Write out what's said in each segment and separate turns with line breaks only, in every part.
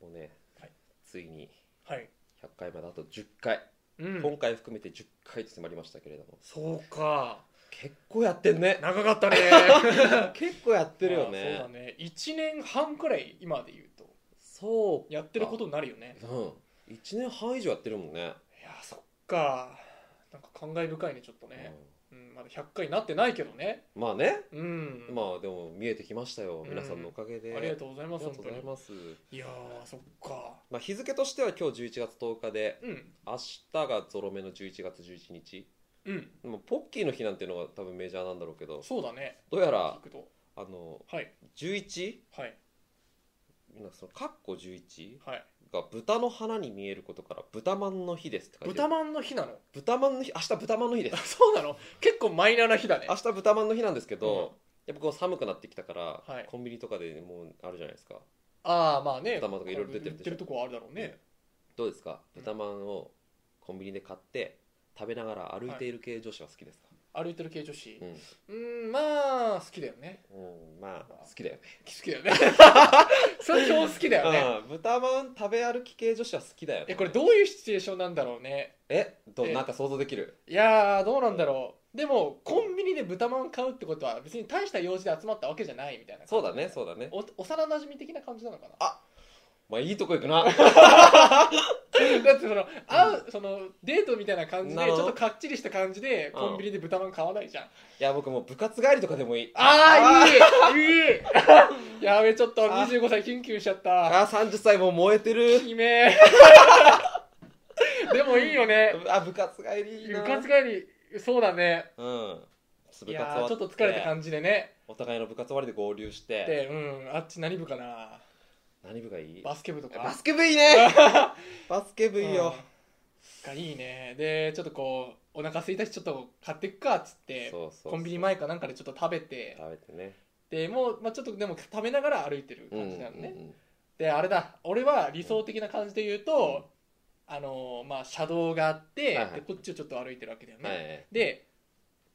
もね、
はい
ついに
はい
100回まであと10回、
うん
今回含めて10回と迫りましたけれども
そうか
結構やってんね
長 かったね
結構やってるよ
まあ
ね
そうだね1年半くらい今で言うと
そう
やってることになるよね
うん1年半以上やってるもんね
いやそっかなんか感慨深いねちょっとね、
う
うん、まだ100回になってないけどね
んまあね
うん、
まあでも見えてきましたよ皆さんのおかげで
ありがとうござい
あ
ます
りがとうござい
本
ます
当にいやーそっか
まあ日付としては今日11月10日で
うん
明日がゾロ目の11月11日
うん
もうポッキーの日なんていうのが多分メジャーなんだろうけど
そうだね
どうや
聞
ら
くと
あの
はい
11
はい
なんかそのカッコ11
はい
が豚の花に見えることから豚まんの日ですって書いてあ
豚
る
まんの日なの
豚まんの日明日豚まんの日です
そうなの結構マイナーな日だね
明日豚まんの日なんですけど、やっぱこう寒くなってきたから、
はい
コンビニとかでもうあるじゃないですか
ああまあね
豚まんとかいろいろ出てる
売っ
でしょ
てるとこはあるだろうね、
どうですか
うん
豚まんをコンビニで買って食べながら歩いている系女子は好きですか、
歩いてる系女子
うん
うーんまあ好きだよね
うんまあ好きだよね
好き だよねそれ超好きだよね
うん豚まん食べ歩き系女子は好きだよ
え
ね
これどういうシチュエーションなんだろうね
えど
え
なんか想像できる
いやーどうなんだろうでもコンビニで豚まん買うってことは別に大した用事で集まったわけじゃないみたいな
そうだねそうだね
お幼なじみ的な感じなのかな
まあいいとこ行く な
だってその会う、そのデートみたいな感じで
な
ち
るほ
ょ
ど
っとかっちりした感じで
うん
コンビニで豚まん買わないじゃん、
いや僕もう部活帰りとかでもいい
ああいいい いやべちょっと
あ
25歳キュンキュンしちゃった
あ30歳もう燃えてる
悲鳴でもいいよね
あ部活帰りいい
部
な
活帰りそうだね
うん
い
部活終
や
わ
ー
っ
ちょ
て
っと疲れた感じでね
お互いの部活終わりで合流して
でうんあっち何部かな
何部がいい
バスケ部とか
バスケ部いいね バスケ部いいよ
うんがいいねでちょっとこうお腹空いたしちょっと買っていくかっつって
そうそうそう
コンビニ前かなんかでちょっと食べて
食べてね
でもう、まあ、ちょっとでも食べながら歩いてる感じなのね、
うんうんうん
であれだ俺は理想的な感じで言うと、あのーまあ車道があって、
はいはい
でこっちをちょっと歩いてるわけだよね、
はい
で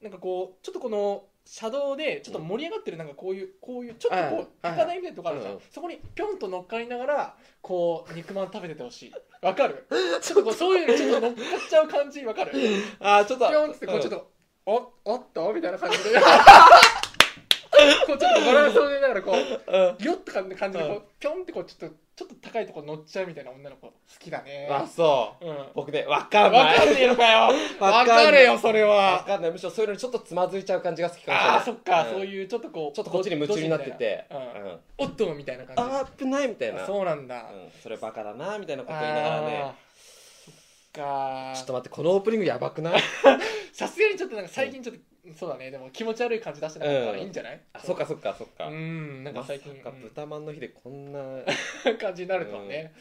なんかこうちょっとこの車道でちょっと盛り上がってるなんかこういうこういうちょっと
は
こ
いう
高台みたいなとこあるじゃん、
うんうん
そこにぴょんと乗っかりながらこう肉まん食べててほしいわか るちょっとこうそういうのちょっと乗っかっちゃう感じわかるぴ
あーちょっと
ょんってこうちょっと、おおっとみたいな感 じでこうちょっとバランスを取りながらこう
うんうん
ギョッとか感じで
う
こうぴょんってこうちょっとちょっと高いところ乗っちゃうみたいな女の子好きだね
あそう
うん
僕ねわか
わ
んな
かん
い
ねえのかよわ
わかんない
かれよそれ
わ
は
かんないむしろそういうのにちょっとつまずいちゃう感じが好きかもしれない
ああそっか、
ん
そういうちょっとこう
ちょっとこっちに夢中になってて、
どどっちみたいなうん
うん
おっとみたいな感じ
あー危ないみたいな
あそうなんだ、
うんそれバカだなみたいなこと
あ
言いながらね
ーそっか
ちょっと待ってこのオープニングやばくない
さすがにちょっとなんか最近ちょっと、そうだねでも気持ち悪い感じ出してなかったからいいんじゃない、
あそっかそっかそっか、
うんなんか最近、
まさか
うん
豚まんの日でこん な、
感じになるとはね、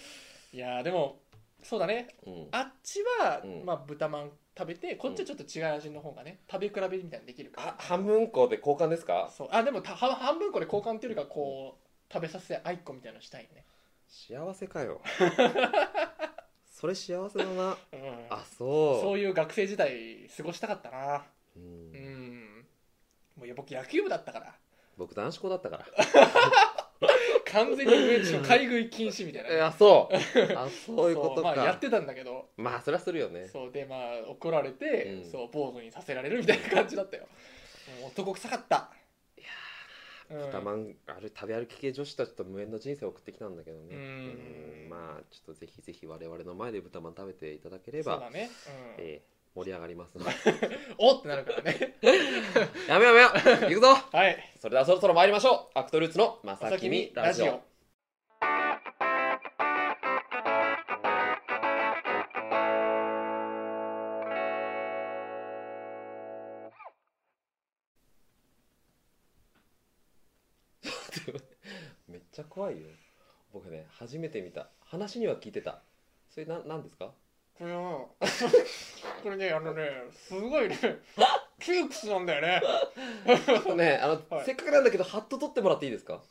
いやーでもそうだね
うん
あっちは、
うん
まあ、豚まん食べてこっちはちょっと違う味の方がね食べ比べみたいにできるから
あ半分こで交換ですか
そうあでもた半半分これ交換っていうよりかこう食べさせあいっこみたいなのしたいよね
幸せかよ それ幸せだな
うん
あ
そ
そう
ういう学生時代過ごしたかったな
うん
うんもういや僕野球部だったから
僕男子校だったから
完全に上地の買い食い禁止みたいな、
えあ そうあそういうこと
そ
か
まあ、やってたんだけど
まあそれはするよね
そうでまあ怒られて、
うん
そう坊主にさせられるみたいな感じだったよもう男臭かったいや
豚まんある食べ歩き系女子たちと無縁の人生を送ってきたんだけどね
うん
うんまあちょっとぜひぜひ我々の前で豚まん食べていただけ
そ
れ
う
ば
だ、ね、うん
ええ盛り上がりますので
おってなるからね
やめようやめよう行くぞ
はい
それではそろそろ参りましょうアクトルーツの「ま
お
さ
先
きみ
に
ラ
ラ
ジ
ジ
オ
オ」
めっちゃ怖いよ僕ね初めて見た話には聞いてたそれな何ですか
これはこれねあのねすごいね窮屈なんだよね
ちょっと ねあの、
はい
せっかくなんだけどハット取ってもらっていいですか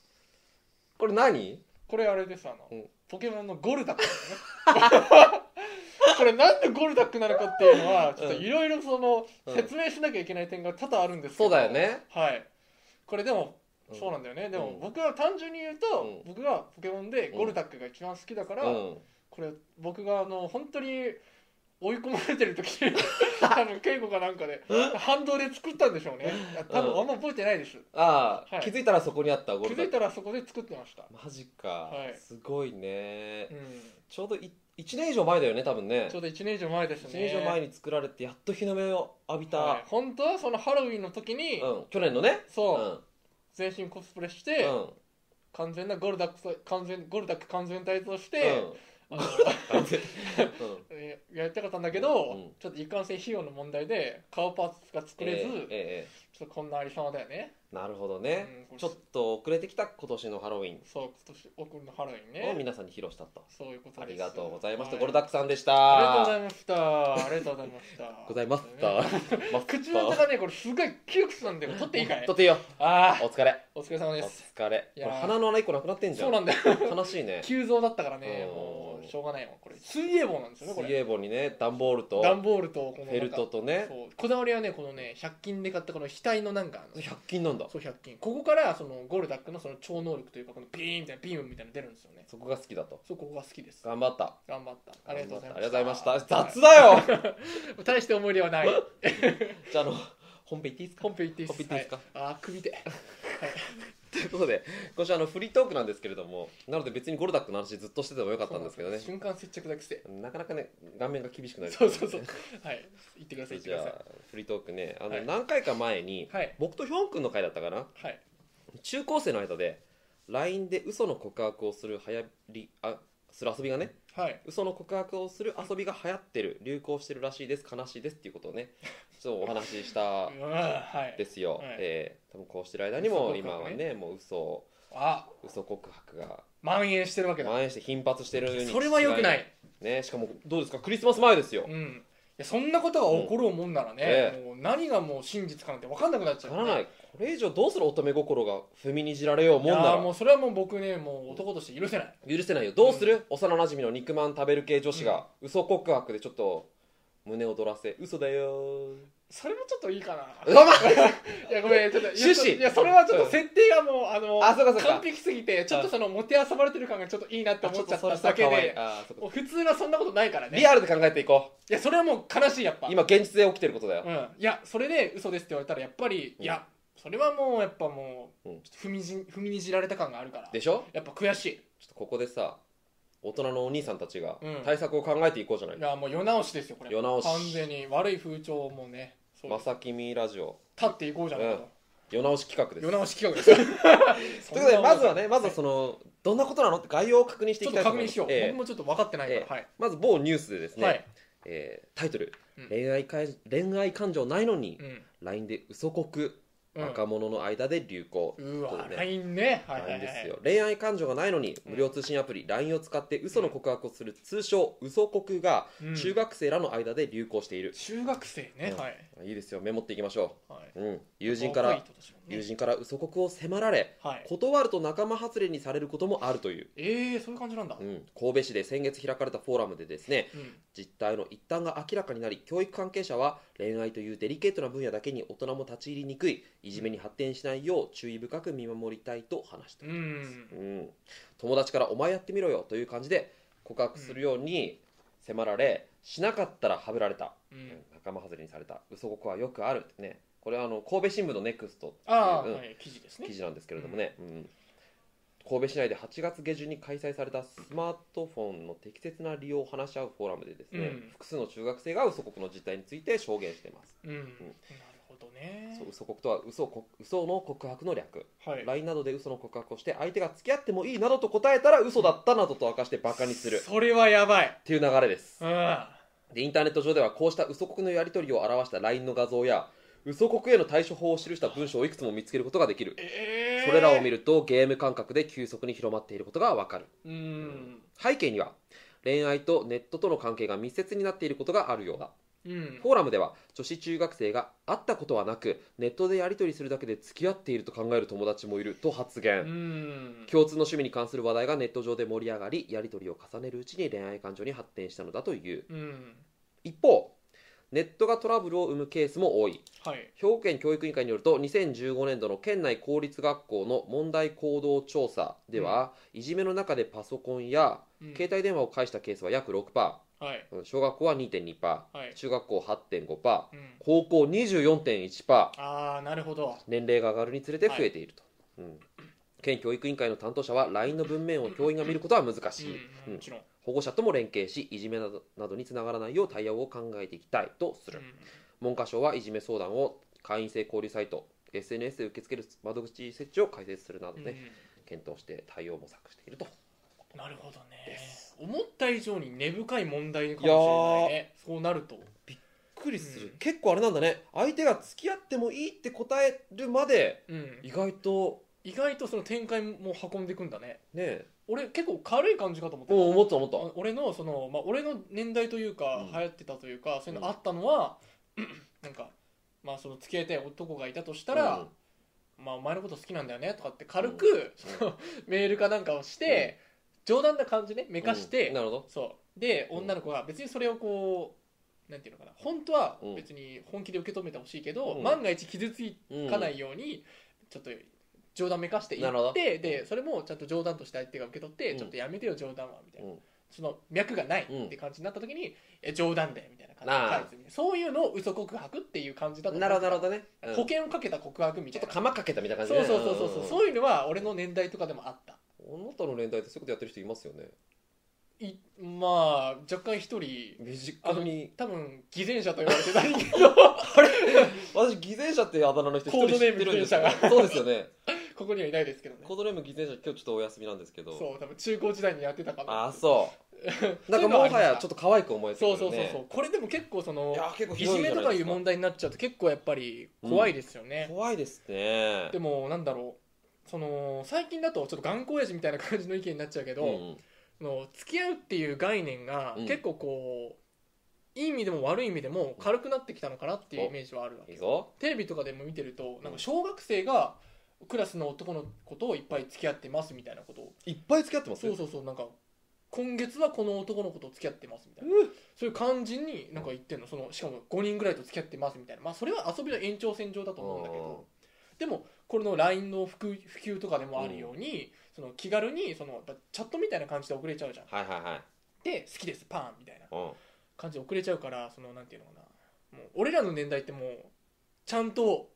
これ何
これあれですあの、
うん
ポケモンのゴルダックですね これなんでゴルダックなのかっていうのはちょっといろいろその
うん
説明しなきゃいけない点が多々あるんですけど、
そうだよね
はいこれでも
うん
そうなんだよねでも
うん
僕は単純に言うと、
う
僕がポケモンでゴルタックが一番好きだから、
うん
これ僕があの本当に追い込まれてる時 多分稽古かなんかで反動で作ったんでしょうねいや多
うん
分あんま覚えてないです
ああ、
はい
気づいたらそこにあったゴ
気
ル
づい
タ
たらそこで作ってました
マジか、
はい
すごいね、
うん
ちょうどい1年以上前だよね多分ね
ちょうど1年以上前ですね
1年以上前に作られてやっと日の目を浴びた、
はい、本当はそのハロウィンの時に、
うん、去年のね
そう、
ん
全身コスプレして、
うん
完全なゴルダックと完全ゴルダック完全体として、
う
あの
ん、うん
えやりたかったんだけど、
うん
ちょっと一貫性費用の問題で顔パーツが作れ
え
ず、
ええ
ちょっとこんなありさまだよね
えなるほどね、
うん
ちょっと遅れてきた今年のハロウィン
そう今年おこのハロウィン
を
ね
皆さんに披露したと、
そういうこと
あ
です
りがとうございました、
は
ゴルダックさんでした
ありがとうございましたありがとうございました
ございました
ね口の中ねこれすごい窮屈なんだよ取っていいかい
とていいよ
ああ
お疲れ
お疲れ様
お
です
疲れ
い
こ
やー
れ鼻の穴一個なくなってんじゃ
そうんなんだよ
悲しいね
急増だったからね
うん
もうしょうがないわこれ水泳棒なんですよねこ
水
れ
泳棒にね段ボールと
段ボールとこの
フェルトとね
そうこだわりはねこのね100均で買ったこの額のなんかあの
100均なんだ
そう100均ここからそのゴルダックのその超能力というかこのピーンみたいなビームみたいなの出るんですよね
そこが好きだと
そうここが好きです
頑張った
頑張ったありがとうございました
ありがとうございました雑
だ
だよ
大して思い入れはない
じゃああの本編いっていいですか
本編いっていい
本編いっていいですか
はいあー首で
ということで今週あのフリートークなんですけれどもなので別にゴルダックの話ずっとしててもよかったんですけどね
瞬間接着だけして
なかなかね顔面が厳しくなる
そうそうそうはい言ってください
じ
言ってくだ
ゃあフリートークねあの、
はい
何回か前に、
さいはい
僕とヒョン君の回だったかな
はい
中高生の間で LINE で嘘の告白をする流行りあする遊びがね
はい
嘘の告白をする遊びが流行ってる流行してるらしいです悲しいですっていうこと をねちょっとお話しした
うんはい
ですよ、
はい
えー多分こうしてる間にも
嘘告白
今
ね
はねもう嘘を
あ
嘘告白が
蔓延してるわけだ
蔓延して頻発してるように
それは良くな
違
い、
ねしかもどうですかクリスマス前ですよ
うん、いやそんなことが起こるもんならね、
うんえ
もう何がもう真実かなんて分かんなくなっちゃう
な
よね、
らないこれ以上どうする乙女心が踏みにじられようもん
い
な
やーも
ら
うそれはもう僕ねもう男として許せない、
許せないよどうする、幼なじみの肉まん食べる系女子が嘘告白でちょっと胸を躍らせ嘘だよー
それもちょっといいかな
うわま
いやごめんちょっと
趣旨
いやそれはちょっ
うん
と設定がもう、あの
あそうかそうか
完璧すぎてちょっとそのもてあそばれてる感がちょっといいなって思っちゃっただけ
あちょっとそれさ
で
可愛いあーそっか
もう普通はそんなことないからね
リアルで考えていこ
いやそれはもう悲しいやっぱ
う今現実で起きてることだよ、
うん、いやそれで嘘ですって言われたらやっぱり、
うん
いやそれはもうやっぱもう、
うん
ちょっと踏みじ踏みにじられた感があるから
でしょ
やっぱ悔しい
ちょっとここでさ大人のお兄さんたちが
うん
対策を考えていこうじゃない、
いやもう世直しですよこれ
世直し
完全に悪い風潮をもうねそう
まさきみラジオ
立っていこうじゃないかと、
世直し企画です
世直し企画です
ということでまずはねまずはそのどんなことなのって概要を確認して
ち
い
ょっ
きた
と
いと思い
確認
ます
しよう、
ええ
僕もちょっと分かってないから、
ええ
はい、
まず某ニュースでですね、
はい、
えータイトル、
うん
恋愛かい恋愛感情ないのに
うん
LINE で嘘告
うん
若者の間で流行、
うわ
ということで
LINE ねはいはい
LINE
はい
ですよ恋愛感情がないのに無料通信アプリ LINE を使って嘘の告白をする通称嘘告が
うん
中学生らの間で流行している、
中学生ね、
うん
はい、
いいですよメモっていきましょ、
はいう
うん、友人から、
若い人たちもね
友人から嘘告を迫られ
はい
断ると仲間外れにされることもあるという、
ええそういう感じなんだ、
うん、神戸市で先月開かれたフォーラムでですね
うん
実態の一端が明らかになり教育関係者は恋愛というデリケートな分野だけに大人も立ち入りにくいいじめに発展しないよう注意深く見守りたいと話して
う
います、
ん
うん友達から「お前やってみろよ」という感じで告白するように迫られしなかったらはぶられた、
うん
仲間外れにされた嘘告はよくあるってねこれはあの神戸新聞のネクストっていう
ああ、
うん
はい、記事ですね
記事なんですけれどもね、うん神戸市内で8月下旬に開催されたスマートフォンの適切な利用を話し合うフォーラムでですね、
うん
複数の中学生が嘘国の実態について証言しています、
うん、なるほどね
そう嘘国とは嘘こ嘘の告白の略、
はい
LINE などで嘘の告白をして相手が付き合ってもいいなどと答えたら嘘だったなどと明かしてバカにするっ
それはやばい
ていう流れです
うんあ
でインターネット上ではこうした嘘国のやり取りを表した LINE の画像や嘘国への対処法を記した文章をいくつも見つけることができる
ええ
それらを見
る
るとゲーム感覚で急速に広まっていることがわかる
うん
背景には恋愛とネットとの関係が密接になっていることがあるようだ
うん
フォーラムでは女子中学生が会ったことはなくネットでやり取りするだけで付き合っていると考える友達もいると発
う
言
ん
共通の趣味に関する話題がネット上で盛り上がりやり取りを重ねるうちに恋愛感情に発展したのだという
うん
一方ネットがトラブルを生むケースも多い
はい
兵庫県教育委員会によると2015年度の県内公立学校の問題行動調査では、いじめの中でパソコンや
うん
携帯電話を介したケースは約6%
はい
うん小学校は2.2%、
はい
中学校8.5%
うん
高校24.1%
ああなるほど
年齢が上がるにつれて増えていると、うん県教育委員会の担当者は LINE の文面を教員が見ることは難しい、
う
うんん
もちろん
保護者とも連携しいじめなどなどにつながらないよう対応を考えていきたいとする、文科省はいじめ相談を会員制交流サイト SNS で受け付ける窓口設置を開設するなど
うん
ね、検討して対応を模索していると
うんなるほどね
です
思った以上に根深い問題かもしれないねそうなると
びっくり
する
結構あれなんだね相手が付き合ってもいいって答えるまで
うん
意外と
意外とその展開も運んでいくんだね
ね
俺結構軽い感じかと思ってた
もう思った思った
俺のその、まあ、俺の年代というか、
うん
流行ってたというかそういうの
うん
あったのは、なんか、まあ、その付き合いたい男がいたとしたら、まあ、お前のこと好きなんだよねとかって軽く、そのメールかなんかをして、冗談な感じねめ
生
かして、
なるほど
そうで
うん
女の子が別にそれをこうなんていうのかな本当は
うん
別に本気で受け止めてほしいけど、
うん
万が一傷つ
うん
かないように、ちょっと冗談めかして言
なるほ
っ
ど
て
う
で
ん
それもちゃんと冗談として相手が受け取って、
うん
ちょっとやめてよ冗談はみたいな、
うん
その脈がない
うん
って感じになった時に、え冗談だよみたいな
なあ
感じで返すそういうのを嘘告白っていう感じだと思
な
う
るほどなるほどね、うん
保険をかけた告白み
ちょ
たい
っと
な
釜かけたみたいな感じ
そうそうそうそうそうそうういうのは俺の年代とかでもあった
あなたの年代ってそういうことやってる人いますよね
いまあ若干一人
身近に
多分偽善者と言われてた人間の
私偽善者っていうあだ名の人一
コー
人
ド
知っ
ネーム
てるんですよ
偽善
そうですよね
ここにはいないですけどね
コードネーム偽善者今日ちょっとお休みなんですけど
そう多分中高時代にやってたか
ああ
ら
そう なんかもはやちょっと可愛く思えてくる
そう
ね
そうそうそうこれでも結構その
いや結構
い
広
じ
いじ
め
ゃな
と
い
か
で
い
す
う
か
問題になっちゃうと結構やっぱり怖いですよね、
怖いですね
でもなんだろうその最近だとちょっと頑固親父みたいな感じの意見になっちゃうけど、
うん
その付き合うっていう概念が
うん
結構こう、いい意味でも悪い意味でも軽くなってきたのかなっていうイメージはあるわ
い
け
いぞ
テレビとかでも見てるとなんか小学生がクラスの男の子といっぱい付き合ってますみたいなことを
いっぱい付き合ってます
そう
よ
そうそうなんか今月はこの男の子と付き合ってますみたいなそういう感じになんか言ってんのそのしかも5人ぐらいと付き合ってますみたいなまあそれは遊びの延長線上だと思うんだけどでもこれの LINE の普及普及とかでもあるように、その気軽にそのやっぱチャットみたいな感じで送れちゃうじゃん
はいはいはい
で好きですパンみたいな
うん
感じで送れちゃうからそのなんていうのかなもう俺らの年代ってもうちゃんと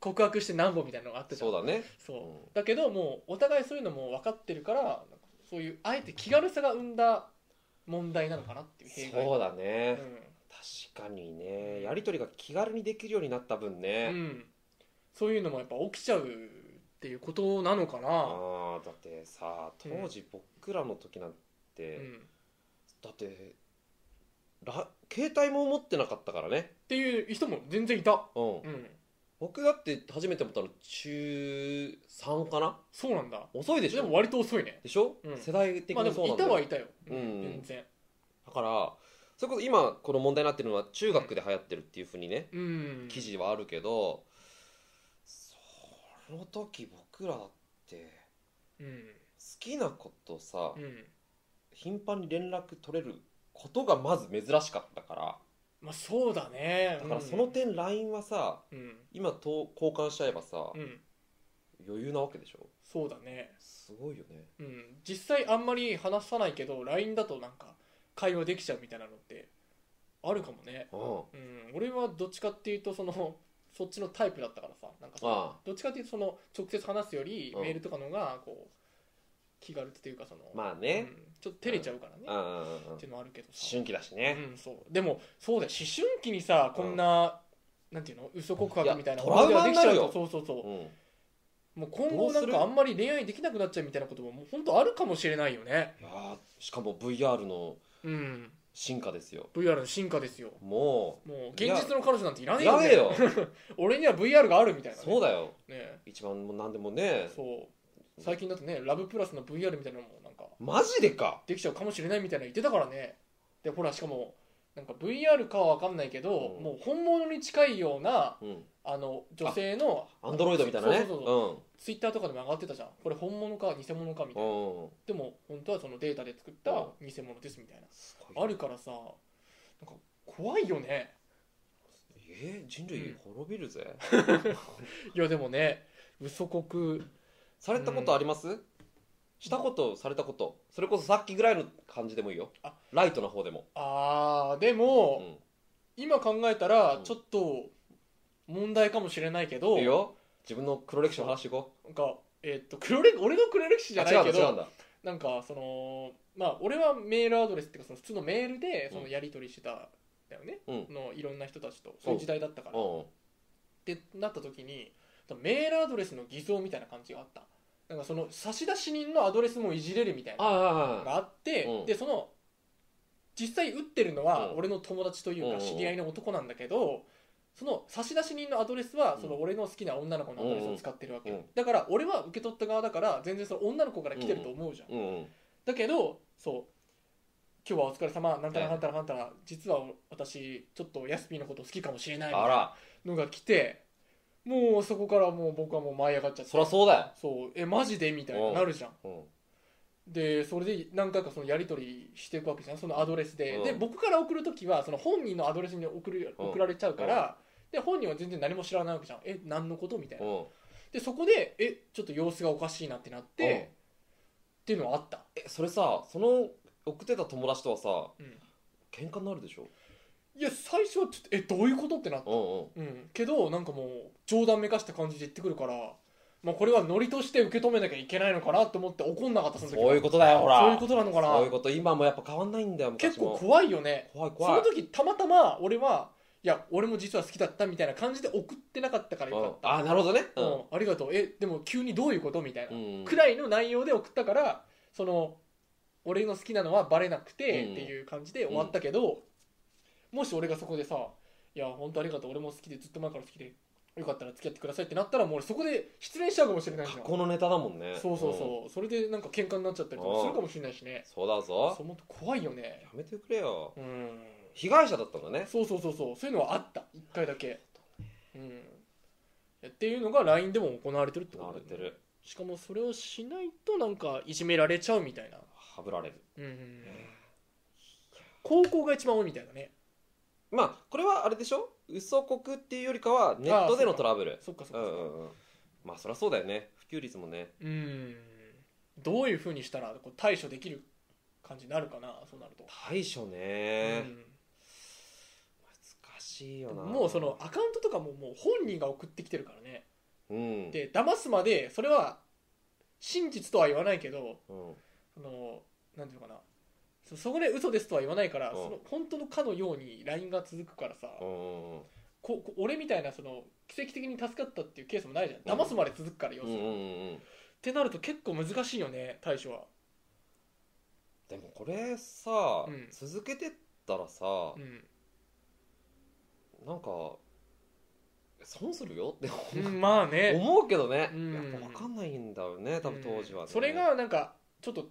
告白してなんぼみたいなのがあったじゃ
そ
ん
うだね
そう
うん
だけどもうお互いそういうのも分かってるからなんかそういうあえて気軽さが生んだ問題なのかなっていう弊害
そうだ
う
ね
ん
確かにねやり取りが気軽にできるようになった分
う
ね
ん、そういうのもやっぱ起きちゃうっていうことなのかな、
ああだってさ当時僕らの時なん
うん、って
だってら携帯も持ってなかったからね
ていう人も全然いた、
うん
うん、
僕だって初めて持ったの中3かな
そうなんだ
遅いでし
でも
ょ
割と遅いね
でしょ
うん
世代的
まあで
にそう
も
ないんだ
た
よ
はいた
う
よ、
ん
全然
だからそれこそ今この問題になってるのは中学で流行ってるっていうふうにね
うん
記事はあるけどその時僕らって好
うん
きな子とさ
うん
頻繁に連絡取れることがまず珍しかったから
まあそうだね
だからその点 LINE はさ
うん
今と交換しちゃえばさ
うん
余裕なわけでしょ
そうだね
すごいよね
うん、実際あんまり話さないけど LINE だとなんか会話できちゃうみたいなのってあるかもね、
うん
うん、俺はどっちかっていうとそのそっちのタイプだったからさなんかさ
あ
どっちかっていうとその直接話すより
うん
メールとかのがこう気軽っていうかその、
あまあ
う
ね
んちょっと照れちゃうからね
うんうんうんうん
っ
思
ていうのはあるけどさ、
春期だしね
うん、そうでもそうだよ思春期にさこんな、なんていうの嘘告白みたいない
やトラウマになるよ
思い出ができちゃうとそうそうそう
う、ん
もう今後
ど
な
うす
ん
る
かあんまり恋愛できなくなっちゃうみたいなことももう本当あるかもしれないよね
いやーしかも VR の
うん
進化ですよ
VR の進化ですよ
もう
もう現実の彼女なんていらねえ
や
よ,、
れ よ
俺には VR があるみたいなね、
そうだよ
ね
一番もう何でもね
そう最近だとねラブプラスの VR みたいなのもなんか
マジでか
できちゃうかもしれないみたいなの言ってたからねでほらしかもなんか VR かは分かんないけど、
うん
もう本物に近いような
うん
あの女性の
アンドロイドみたいなね
そうそうそうそうツイッターとかでも上がってたじゃんこれ本物か偽物かみた
う
いなん
うん
でも本当はそのデータで作った偽物ですみたいな
すごい
あるからさなんか怖いよね
えー人類滅びるぜ、
いやでもね嘘告
されたことあります、したことされたことそれこそさっきぐらいの感じでもいいよ
あ
ライトの方でも、
あーで
う
も、
ん、
今考えたら
うん
ちょっと問題かもしれないけど、
いいよ自分の黒歴史の話していこ
なんかえーっと黒歴俺の黒歴史
う
じゃない
あ違
け
うんだ違うん
ど
だ
なんかそのまあ俺はメールアドレスっていうかその普通のメールで
うん
そのやり取りしてたんだよね、
うん
のいろんな人たちとそういう時代だったから、
う
っ
んうん
てなった時にメールアドレスの偽造みたいな感じがあったなんかその差出人のアドレスもいじれるみたいな
あ
の
あああ
があって、
うん
でその実際打ってるのは
うん
俺の友達という
う
か
ん
知り合いの男なんだけどその差出人のアドレスは
うん
その俺の好きな女の子のアドレスを使ってるわけ、
うん
だから俺は受け取った側だから全然その女の子から来てると思うじゃん、
うんうん
だけどそう今日はお疲れ様なんたらかんたらかんたら実は私ちょっとヤスピーのこと好きかもしれないみたい
あ
な
ら
のが来てもうそこからもう僕はもう舞い上がっちゃって
そりゃそうだ
そうえマジでみたいになるじゃん
よ、
でそれで何回かそのやり取りしていくわけじゃんそのアドレスで、
うん
で僕から送る時はその本人のアドレスに送る
うん
送られちゃうから、で本人は全然何も知らないわけじゃんえ何のことみたいな、
うんうん、
でそこでえちょっと様子がおかしいなってなって、
うん
っていうのはあった、
えそれさその送ってた友達とはさ
うん
喧嘩になるでしょ
いや最初はちょっとえどういうことってなった、
う
うん、けどなんかもう冗談めかした感じで言ってくるから、まあ、これはノリとして受け止めなきゃいけないのかなと思って怒んなかったその時は
そういうことだよほら
そういうことなのかな
そういうこと今もやっぱ変わんないんだよ昔
結構
も
怖いよね
怖い
そ
怖
の
い
時たまたま俺はいや俺も実は好きだったみたいな感じで送ってなかったからよか
うん
っ、た、
あなるほどねうん、
うんありがとうえでも急にどういうことみたいな、
うん、
くらいの内容で送ったからその俺の好きなのはバレなくて
うん
っていう感じで終わったけど、もし俺がそこでさ「いや本当ありがとう俺も好きでずっと前から好きでよかったら付き合ってください」ってなったらもう俺そこで失恋しちゃうかもしれないじゃん
格好のネタだもんね
そうそう
うん
そう、それでなんか喧嘩になっちゃったりとかするかもしれないしね
そうだぞ
そう思うと怖いよね
やめてくれよ
うん
被害者だったんだね
そうそうそうそうそういうのはあった一回だけ、うん、っていうのが LINE でも行われてるってこと
慣
だ
れ
よね
てる
しかもそれをしないとなんかいじめられちゃうみたいな、
はぶられる
うんうんうん、高校が一番多いみたいだね
まあこれはあれでしょ嘘告っていうよりかはネットでのトラブル
そっかそっ
う
か
ん
そっ
う
か
んうんまあそりゃそうだよね普及率もね
うんどういうふうにしたらこう対処できる感じになるかなそうなると、
対処ね、
うん
難しいよな
もうそのアカウントとかももう本人が送ってきてるからね
うん
で騙すまでそれは真実とは言わないけど
うん
そのなんていうのかなそそこで嘘ですとは言わないから、
うん
その本当のかのように LINE が続くからさ、
うんうん
ここ俺みたいなその奇跡的に助かったっていうケースもないじゃん騙すまで続くからよ、
うんうんうん
ってなると結構難しいよね対処は、
でもこれさ、
うん
続けてったらさ
う、ん
なんか損するよって
う、
思うん
まあね
思うけどね、
うん
やっぱ分かんないんだよね多分当時はね、
うんそれがなんかちょっと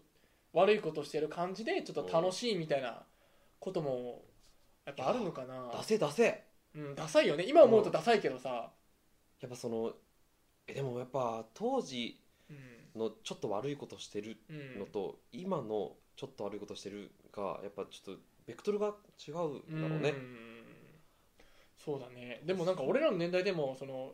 悪いことしてる感じでちょっと楽しいみたいなこともやっぱあるのかな
出せ出せや
うん、ダサいよね今思うとダサいけどさ、
っぱそのえでもやっぱ当時
うん
のちょっと悪いことしてる
うん
のと、今のちょっと悪いことしてるがやっぱちょっとベクトルが違うんだろうね
んそうだねでもなんか俺らの年代でもその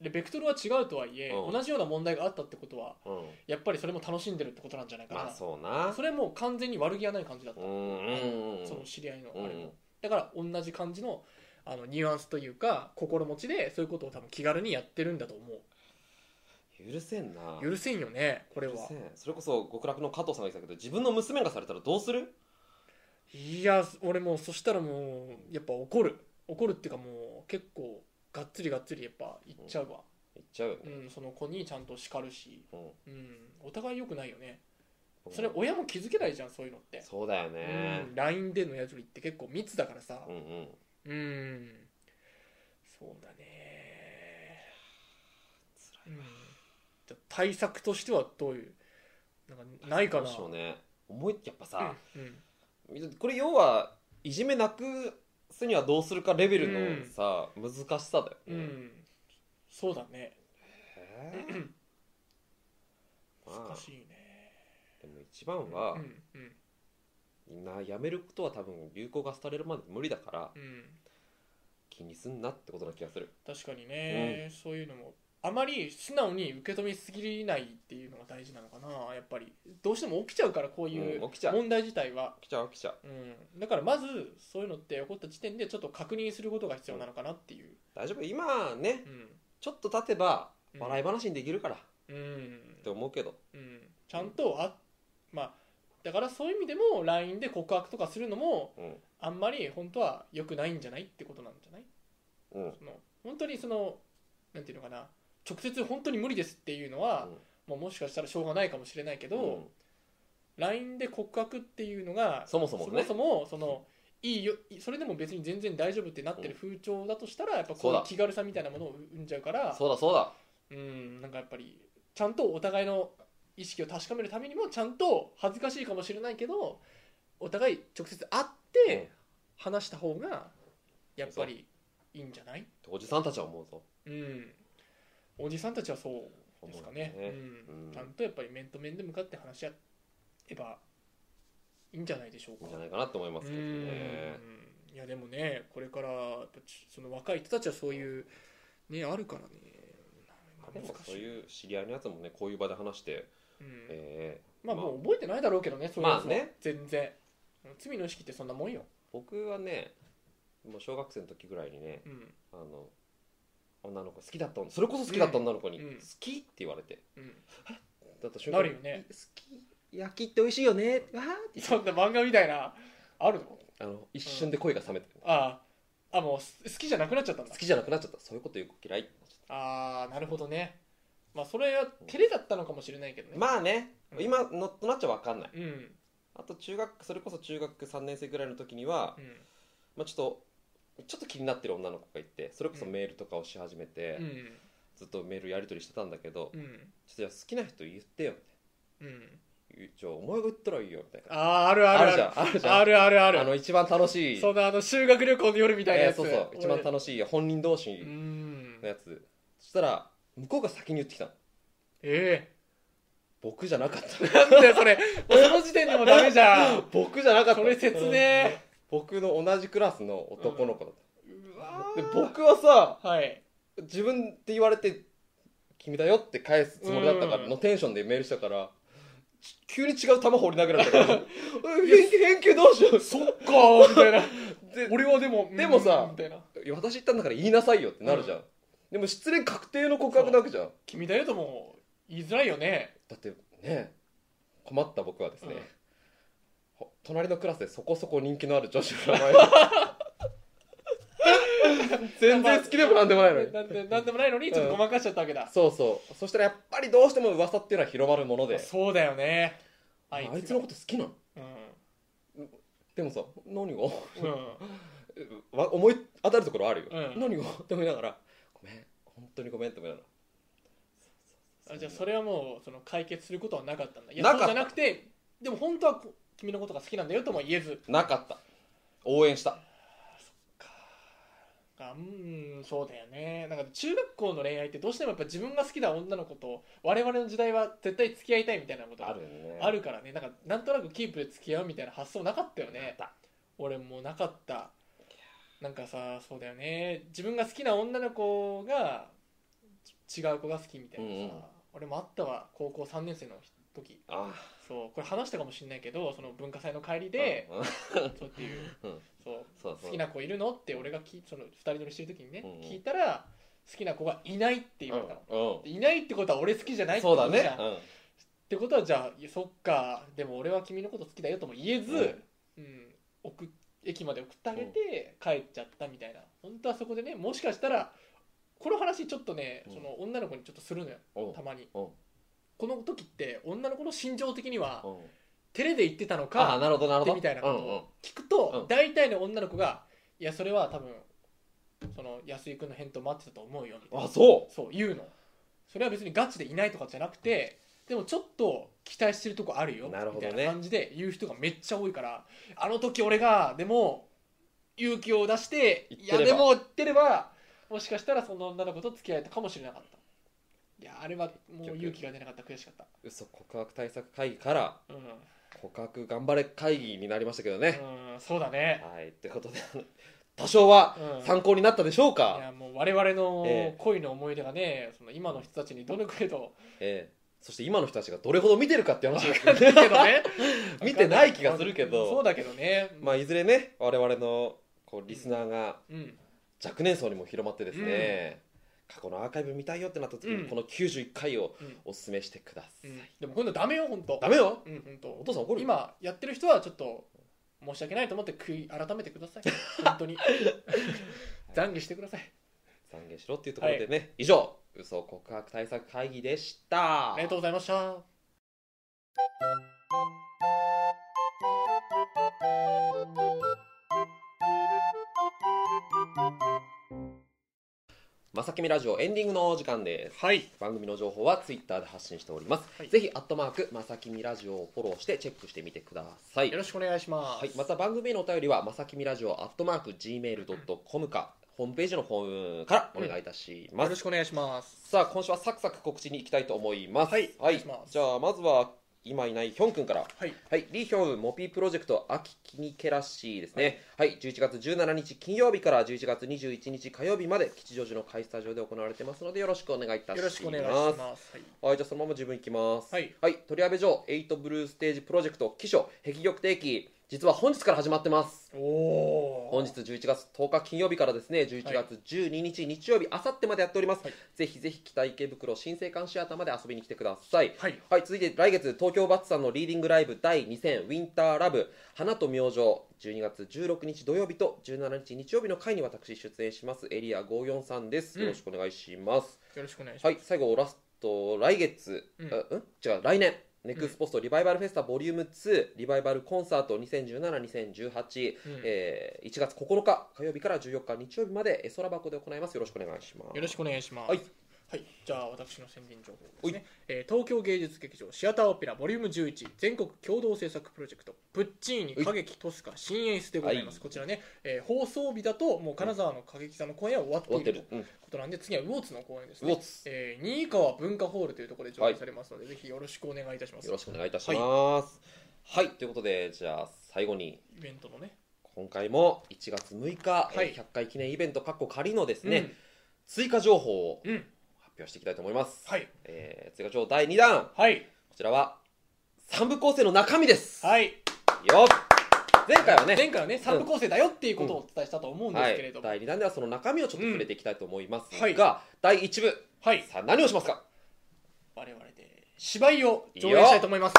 でベクトルは違うとはいえ、
うん
同じような問題があったってことは
うん、
やっぱりそれも楽しんでるってことなんじゃないかな、
まあそうな
それはもう完全に悪気がない感じだった、
うんうんうん
その知り合いのあ
うん
れも、だから同じ感じのあのニュアンスというか心持ちでそういうことを多分気軽にやってるんだと思
許せんな
う許せんよねこれは
うるせえそれこそ極楽の加藤さんが言ってたけど自分の娘がされたらどうする
いや俺もうそしたらもうやっぱ怒る怒るっていうかもう結構がっつりがっつりやっぱ言っちゃうわ、
言っちゃうよ
う
ね、
んその子にちゃんと叱るし、
うん
うん、お互い良くないよねそれ親も気づけないじゃんそういうのって、
そうだよ
う
ね
ん、LINE でのやり取りって結構密だからさ
うんうん
うんそうだね
辛い
うんじゃあ対策としてはどういうなんかないかな
どうしようね思いやっぱさ、
うんうん
これ要はいじめなくすにはどうするかレベル
う
の
ん
さ、難しさだよ
う
ね、
んそうだね
へえまあ
難しいね
でも一番は、
うんうん
みんなやめることは多分流行が廃れるまで無理だから
うん
気気にすんなってことな気がする
確かにね、そういうのもあまり素直に受け止めすぎないっていうのが大事なのかなやっぱりどうしても起きちゃうからこういう
うん起きちゃう
問題自体は、
来ちゃう来ちゃう
うん、だからまずそういうのって起こった時点でちょっと確認することが必要なのかなっていう、
大丈夫今ね
うん
ちょっと経てば
うん
笑い話にできるからっ
うん
て思うけど
うん、ちゃんとあまあだからそういう意味でも LINE で告白とかするのも
うん
あんまり本当は良くないんじゃないってことなんじゃない
うん
その本当にそのなんていうのかな直接本当に無理ですっていうのは、まあ、もしかしたらしょうがないかもしれないけど、
うん
LINE で告白っていうのが
そもそもね
そもそのいいよそれでも別に全然大丈夫ってなってる風潮だとしたらやっぱ
そ
こ
う
うい
だ
う気軽さみたいなものを生んじゃうから
そうだそうだ
うんなんかやっぱりちゃんとお互いの意識を確かめるためにもちゃんと恥ずかしいかもしれないけどお互い直接会っ
うん
て話した方がやっぱりいいんじゃない
おじさんたちは思うぞ
うんおじさんたちはそう
思う
で
よ
すかねうん
うん
ちゃんとやっぱり面と面で向かって話し合えばいいんじゃないでしょう
いい
か
んじゃないかなと思いますけどね
うんいやでもねこれからやっぱちその若い人たちはそういうねあるからね
でもそういう知り合いのやつもねこういう場で話して、
うん
えー
まあもう覚えてないだろうけどねそういうやつは
まあね
全然罪の意識ってそんなもんよ
僕はねもう小学生の時ぐらいにね
うん
あの女の子好きだったそれこそ好きだった女の子に「
うんうん
好き?」って言われて
うん
だった瞬
なるよね
好き焼きって美味しいよねわーって
そんな漫画みたいなあるの
あの一瞬で声が冷めて、
あああもうす好きじゃなくなっちゃったんだ
好きじゃなくなっちゃったそういうこと言う子嫌い
ああなるほどねまあそれは照れだったのかもしれないけどね
まあね
うん
今のとなっちゃ分かんない
うん
あと中学それこそ中学3年生ぐらいの時には
う、ん
まあ、ちょっとちょっと気になってる女の子がいてそれこそメールとかをし始めて、
うん
ずっとメールやり取りしてたんだけど、
う
ちょ
ん
っとじゃあ好きな人言ってよ
うん
じゃあお前が言ったらいいよみたいな
あああるあるあ
じゃ
る
んあるじゃん
あるあるあ
あの
る
一番楽しい
そのあの修学旅行の夜みたいな
え
や
ー
つ
そうそう一番楽しい本人同士
俺う
の
ん
やつそしたら向こうが先に言ってきたの
え
僕じゃなかっ
えなんだよそれもうその時点でもうダメじゃ
た
ん
僕じゃなかった
それ説明
僕の同じクラスの男の子だっ
うわ
た、
ー
で僕はさ
はい
自分って言われて君だよって返すつもりだったか
う
ら
ん
のテンションでメールしたからち急に違う球放り投げられたからうん返球返球どうしよう
そっかーみたいな
で
俺はでもうん
でもさ
みたいない
や私言ったんだから言いなさいよってなるじゃん、でも失恋確定の告白なわけじゃん
君だよとも言いづらいよね
だってね困った僕はですね、
うん
ほ隣のクラスでそこそこ人気のある女子の名前全然好きでもなんでもないのに
なんでなんでもないのにちょっとごまかしちゃったわけだ、
そうそうそしたらやっぱりどうしても噂っていうのは広まるもので
そうだよね
あい
が
つのこと好きなの
う
でもさ何が
ん、うん、
わ思い当たるところあるよ、
うん
何がって思いながらごめん本当にごめんって思いながら
あじゃあそれはもうその解決することはなかったんだいや
な
そ
か
う
った
じゃなくてでも本当はこ君のことが好きなんだよとも言えず
なかった応援した
あうんそうだよねなんか中学校の恋愛ってどうしてもやっぱ自分が好きな女の子と我々の時代は絶対付き合いたいみたいなことが
るね
あるからねなんかなんとなくキープで付き合うみたいな発想なかったよね
なか
俺もなかったなんかさそうだよね自分が好きな女の子がち違う子が好きみたいなさ、
うんうん
俺もあったわ高校3年生の時
あ
そうこれ話したかもしれないけどその文化祭の帰り
ー
で、
うんうん
そうっていう
うん
そう
そうそう
好きな子いるのって俺がきその2人乗りしてる時にね、
うんうん
聞いたら好きな子がいないって言われたの、
うん
いないってことは俺好きじゃないって
そ
こ
うだ
とじゃん
ね
ってことはじゃあいやそっかでも俺は君のこと好きだよとも言えず、うん送っ駅まで送ってあげて帰っちゃったみたいな本当はそこでねもしかしたらこの話ちょっとね、
うん
その女の子にちょっとするのよ
うんうん
たまに
うん
この時って女の子の心情的には
うん
照れで言ってたの
あー
か
なるほどなるほ
って
ど
みたいなこと
うんうん
を聞くと
うん
大体の女の子が「いやそれは多分その安井君の返答待ってたと思うよ」みたいな
あそ
そう言うのそれは別にガチでいないとかじゃなくてでもちょっと期待してるとこあるよ
なるほどね
みたいな感じで言う人がめっちゃ多いからあの時俺がでも勇気を出して
言っ
い
てれ
や
ば
でも言ってればもしかしたらその女の子と付き合えたかもしれなかったいやあれはもう勇気が出なかった悔しかった
う嘘告白対策会議から
うん、
告白頑張れ会議になりましたけどね、
うん、そうだね
はいということで多少は
うん
参考になったでしょう
い
か、
やもう我々の
ええ
恋の思い出がね、その今の人たちにどれくらいと
ええそして今の人たちがどれほど見てるかって話ですけ
分か
ど
んな
ね
いけどね
見てない気がするけど
そうだけどね
まあいずれね我々のこうリスナーが
うん
若年層にも広まってですね、過去のアーカイブ見たいよってなった時に、
うん
この91回を
うん
おすすめしてください、
うんでもこういうのダメよ本当
ダメよ
うん本
お
当
父さん怒るよ
今やってる人はちょっと申し訳ないと思って悔い改めてく ださい本当に懺悔してください
懺悔しろっていうところでね、以上嘘告白対策会議でした
ありがとうございました
まさきみラジオエンディングのお時間です
はい
番組の情報はツイッターで発信しております、
はい
ぜひアットマークまさきみラジオをフォローしてチェックしてみてください
よろしくお願いしま
は
す
い、また番組へのお便りはまさきみラジオアットマーク Gmail.com かホームページのホームからお願いいたします、
よろしくお願いします
さあ今週はサクサク告知に行きたいと思います
はいお願いします
じゃあまずは今いないヒョン君から
はい
はい、リヒョンモピープロジェクト秋キニケラシーですね。はい、11月17日金曜日から11月21日火曜日まで吉祥寺の会スタジオで行われてますのでよろしくお願いいたします。
よろしくお願いしますはい
はい、じゃあそのまま自分いきます。
はい、
取り上げ城エイトブルーステージプロジェクト起所壁玉定期実は本日から始まってます。
おお
本日11月10日金曜日からですね、11月12日日曜日、あさってまでやっております。
はい
ぜひぜひ北池袋新生館シアターまで遊びに来てください。
はい
はい、続いて来月東京バッツさんのリーディングライブ第2戦ウィンターラブ花と明星12月16日土曜日と17日日曜日の会に私出演しますエリア543です、
うん
よろしくお願いします
よろしくお願いします
はい最後ラスト来月、
う
うんん、うん違う来年ネクスポストリバイバルフェスタボリューム2リバイバルコンサート2017-2018、
うん
えー1月9日火曜日から14日日曜日までえ空箱で行いますよろしくお願いします
よろしくお願いします。
はい
はいじゃあ私の宣伝情報ですね、えー東京芸術劇場シアターオペラボリューム11全国共同制作プロジェクト「プッチーニ
はい
歌劇トスカ新演出」でございます、
はい
こちらね、えー放送日だともう金沢の歌劇座の公演は終わって
終わ
い
って
る
る
と、
うん、
いうことなんで次は魚津の公演です
ウォ
ね
ッツ
えー新川文化ホールというところで上映されますので、ぜひよろしくお願いいたします
よろしくお願いいたします。はい、ということで、じゃあ最後に、
イベントのね
今回も1月6日、
はい
えー100回記念イベント、かっこ仮のですね、追加情報を
うん、うん、
発表していきたいと思います。
はい
えー追加情報第2弾、こ
はい
ちらは3部構成の中身です。
はい
よっ前回はね、
前回はね3部構成だよっていうことをお伝えしたと思うんで
は
すけれ
い
ど、も、
第2弾ではその中身をちょっと触れていきたいと思いますが、
うんはい
第1部、
はい
さあ何をしますか
我々で芝居を上演したいと思います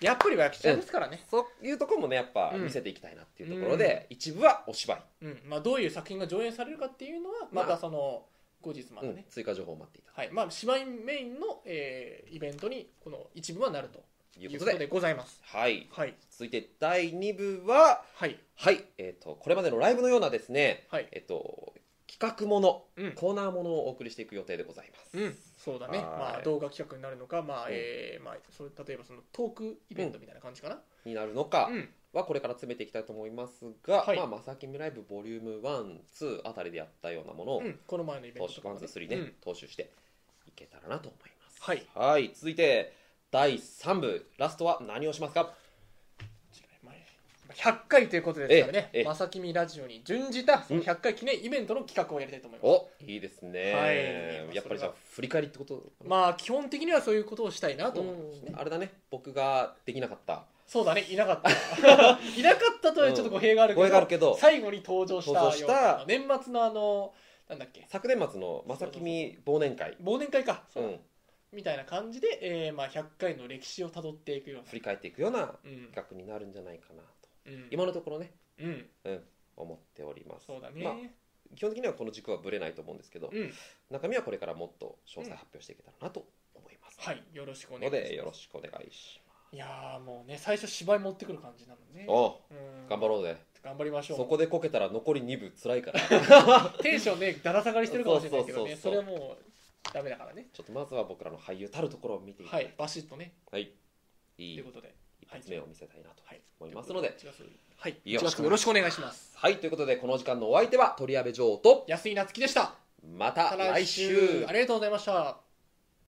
やっぱり役者ですからね、
そういうところもね、やっぱ
うん
見せていきたいなっていうところで、一部はお芝居、
うんまあ、どういう作品が上演されるかっていうのは
ま
ま
あ
たその後日まで
う
ね、
ん、追加情報を待っていただ
はいまあ、芝居メインの、えーイベントにこの一部はなると
くと
い
いう
う
こ
ことと
で、
でございます
はい、
はい
続いて第2部は、
はい
はい、えっ、と、これまでのライブのようなですね、
はい
えっ、と、企画もの、
うん、
コーナーものをお送りしていく予定でございます。
うん、そうだね、
はい
まあ、動画企画になるのか、まあ
うん
えーまあ、それ例えばそのトークイベントみたいな感じかな、
になるのか
うん
は、これから詰めていきたいと思いますが、
はい
まあ、まさきみライブボリューム1、2あたりでやったようなものを、
うんこの前のイベン
投
トと
手
か
ワン、ツー、スリーね、
うん
踏襲していけたらなと思います。
はい、
はい、続いて、第3部、ラストは何をしますか
まあ100回ということですから
えええ
ね、
え
まさきみラジオに準じたその100回記念イベントの企画をやりたいと思います。
おいいですね、
はい
やっぱりじゃあ、振り返りってこと
まあ基本的にはそういうことをしたいなと
う
思いますね、
んあれだね、僕ができなかった、
そうだねいなかった いなかったとはちょっと語弊があるけど,、
うん語弊があるけど
最後に登場したような
登場した
年末のあのなんだっけ
昨年末のまさきみ忘年会、
忘年会かそうう、
ん、
みたいな感じで、えーまあ、100回の歴史をたどっていくよ
振り返っていくような
うな、うん
企画になるんじゃないかなと
うん、
今のところね
うん
思っております
そうだね、
まあ基本的にはこの軸はぶれないと思うんですけど
うん
中身はこれからもっと詳細発表していけたらなと思います
はいよろしくお願
の
いします
でよろしくお願いしま
いやーもうね最初芝居持ってくる感じなのね
すお
うん
う頑張ろうぜ
頑張りましょう
そこでこけたら残り2部辛いからち
テンションねだら下がりしてるかもしれないけどね
そうそうそう
それはもうダメだからね
ょっとまずは僕らの俳優たるところを見ていきた
はいいバシッとね
はい
と
い
い
いう
ことで
一発目を見せたいなと
はい
思いますので
はい、
よ
よ
ろ
ろ
し
し
く
く
お願いします
お願いします。
はいということでこの時間のお相手は鳥矢部城と
安井夏樹でした。
また
また
来週
ありがとうございました。